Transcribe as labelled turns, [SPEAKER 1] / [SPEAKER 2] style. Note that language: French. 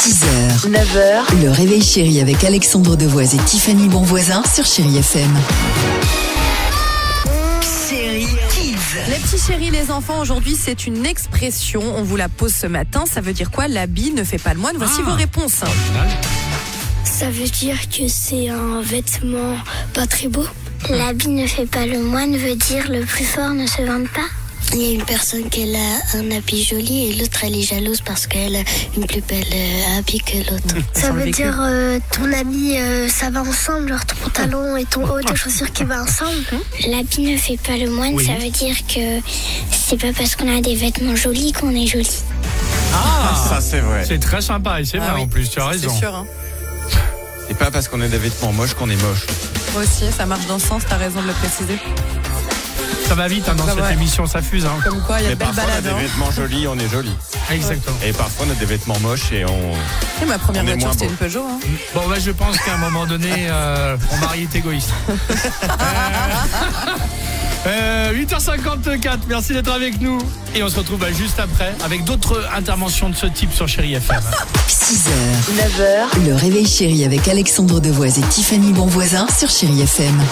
[SPEAKER 1] 6h, 9h, le réveil chéri avec Alexandre Devoise et Tiffany Bonvoisin sur Chéri FM. Chéri Kids.
[SPEAKER 2] Les petits chéris, les enfants, aujourd'hui, c'est une expression. On vous la pose ce matin. Ça veut dire quoi L'habit ne fait pas le moine. Voici
[SPEAKER 3] Ah.
[SPEAKER 2] vos réponses.
[SPEAKER 4] Ça veut dire que c'est un vêtement pas très beau. L'habit ne fait pas le moine veut dire le plus fort ne se vante pas. Il y a une personne qui a un habit joli et l'autre elle est jalouse parce qu'elle a une plus belle euh, habit que l'autre.
[SPEAKER 2] Ça
[SPEAKER 4] Ça
[SPEAKER 2] veut
[SPEAKER 4] veut
[SPEAKER 2] vécu.
[SPEAKER 4] dire euh, ton habit euh, ça va ensemble, genre ton pantalon et ton haut de chaussures qui va ensemble. L'habit ne fait pas le moine,
[SPEAKER 3] Oui. ça
[SPEAKER 4] veut dire que c'est pas parce qu'on a des vêtements jolis qu'on est joli.
[SPEAKER 3] Ah,
[SPEAKER 5] Ça c'est vrai.
[SPEAKER 3] c'est très sympa et c'est vrai
[SPEAKER 2] Ah oui,
[SPEAKER 3] en plus, tu as
[SPEAKER 2] ça,
[SPEAKER 3] raison.
[SPEAKER 2] C'est sûr. hein.
[SPEAKER 5] C'est pas parce qu'on a des vêtements moches qu'on est moche.
[SPEAKER 2] Moi aussi, ça marche dans ce sens. T'as raison de le préciser.
[SPEAKER 3] Ça va vite hein, dans
[SPEAKER 2] Bah
[SPEAKER 3] cette
[SPEAKER 2] ouais.
[SPEAKER 3] émission, ça fuse. hein.
[SPEAKER 2] Comme quoi, il y a
[SPEAKER 5] Mais
[SPEAKER 2] de belles
[SPEAKER 5] parfois on a
[SPEAKER 2] balades.
[SPEAKER 5] des
[SPEAKER 2] hein.
[SPEAKER 5] vêtements jolis, on est joli.
[SPEAKER 3] Exactement.
[SPEAKER 5] Et parfois on a des vêtements moches et on.
[SPEAKER 2] Et ma première
[SPEAKER 5] on est
[SPEAKER 2] voiture,
[SPEAKER 5] moins
[SPEAKER 2] c'était
[SPEAKER 5] beau.
[SPEAKER 2] une Peugeot. hein.
[SPEAKER 3] Bon, bah, je pense qu'à un moment donné, euh, mon mari est égoïste. Euh, euh, 8h54, merci d'être avec nous. Et on se retrouve bah, juste après avec d'autres interventions de ce type sur Chéri FM.
[SPEAKER 1] 6h, 9h, le réveil chéri avec Alexandre Devoise et Tiffany Bonvoisin sur Chéri FM.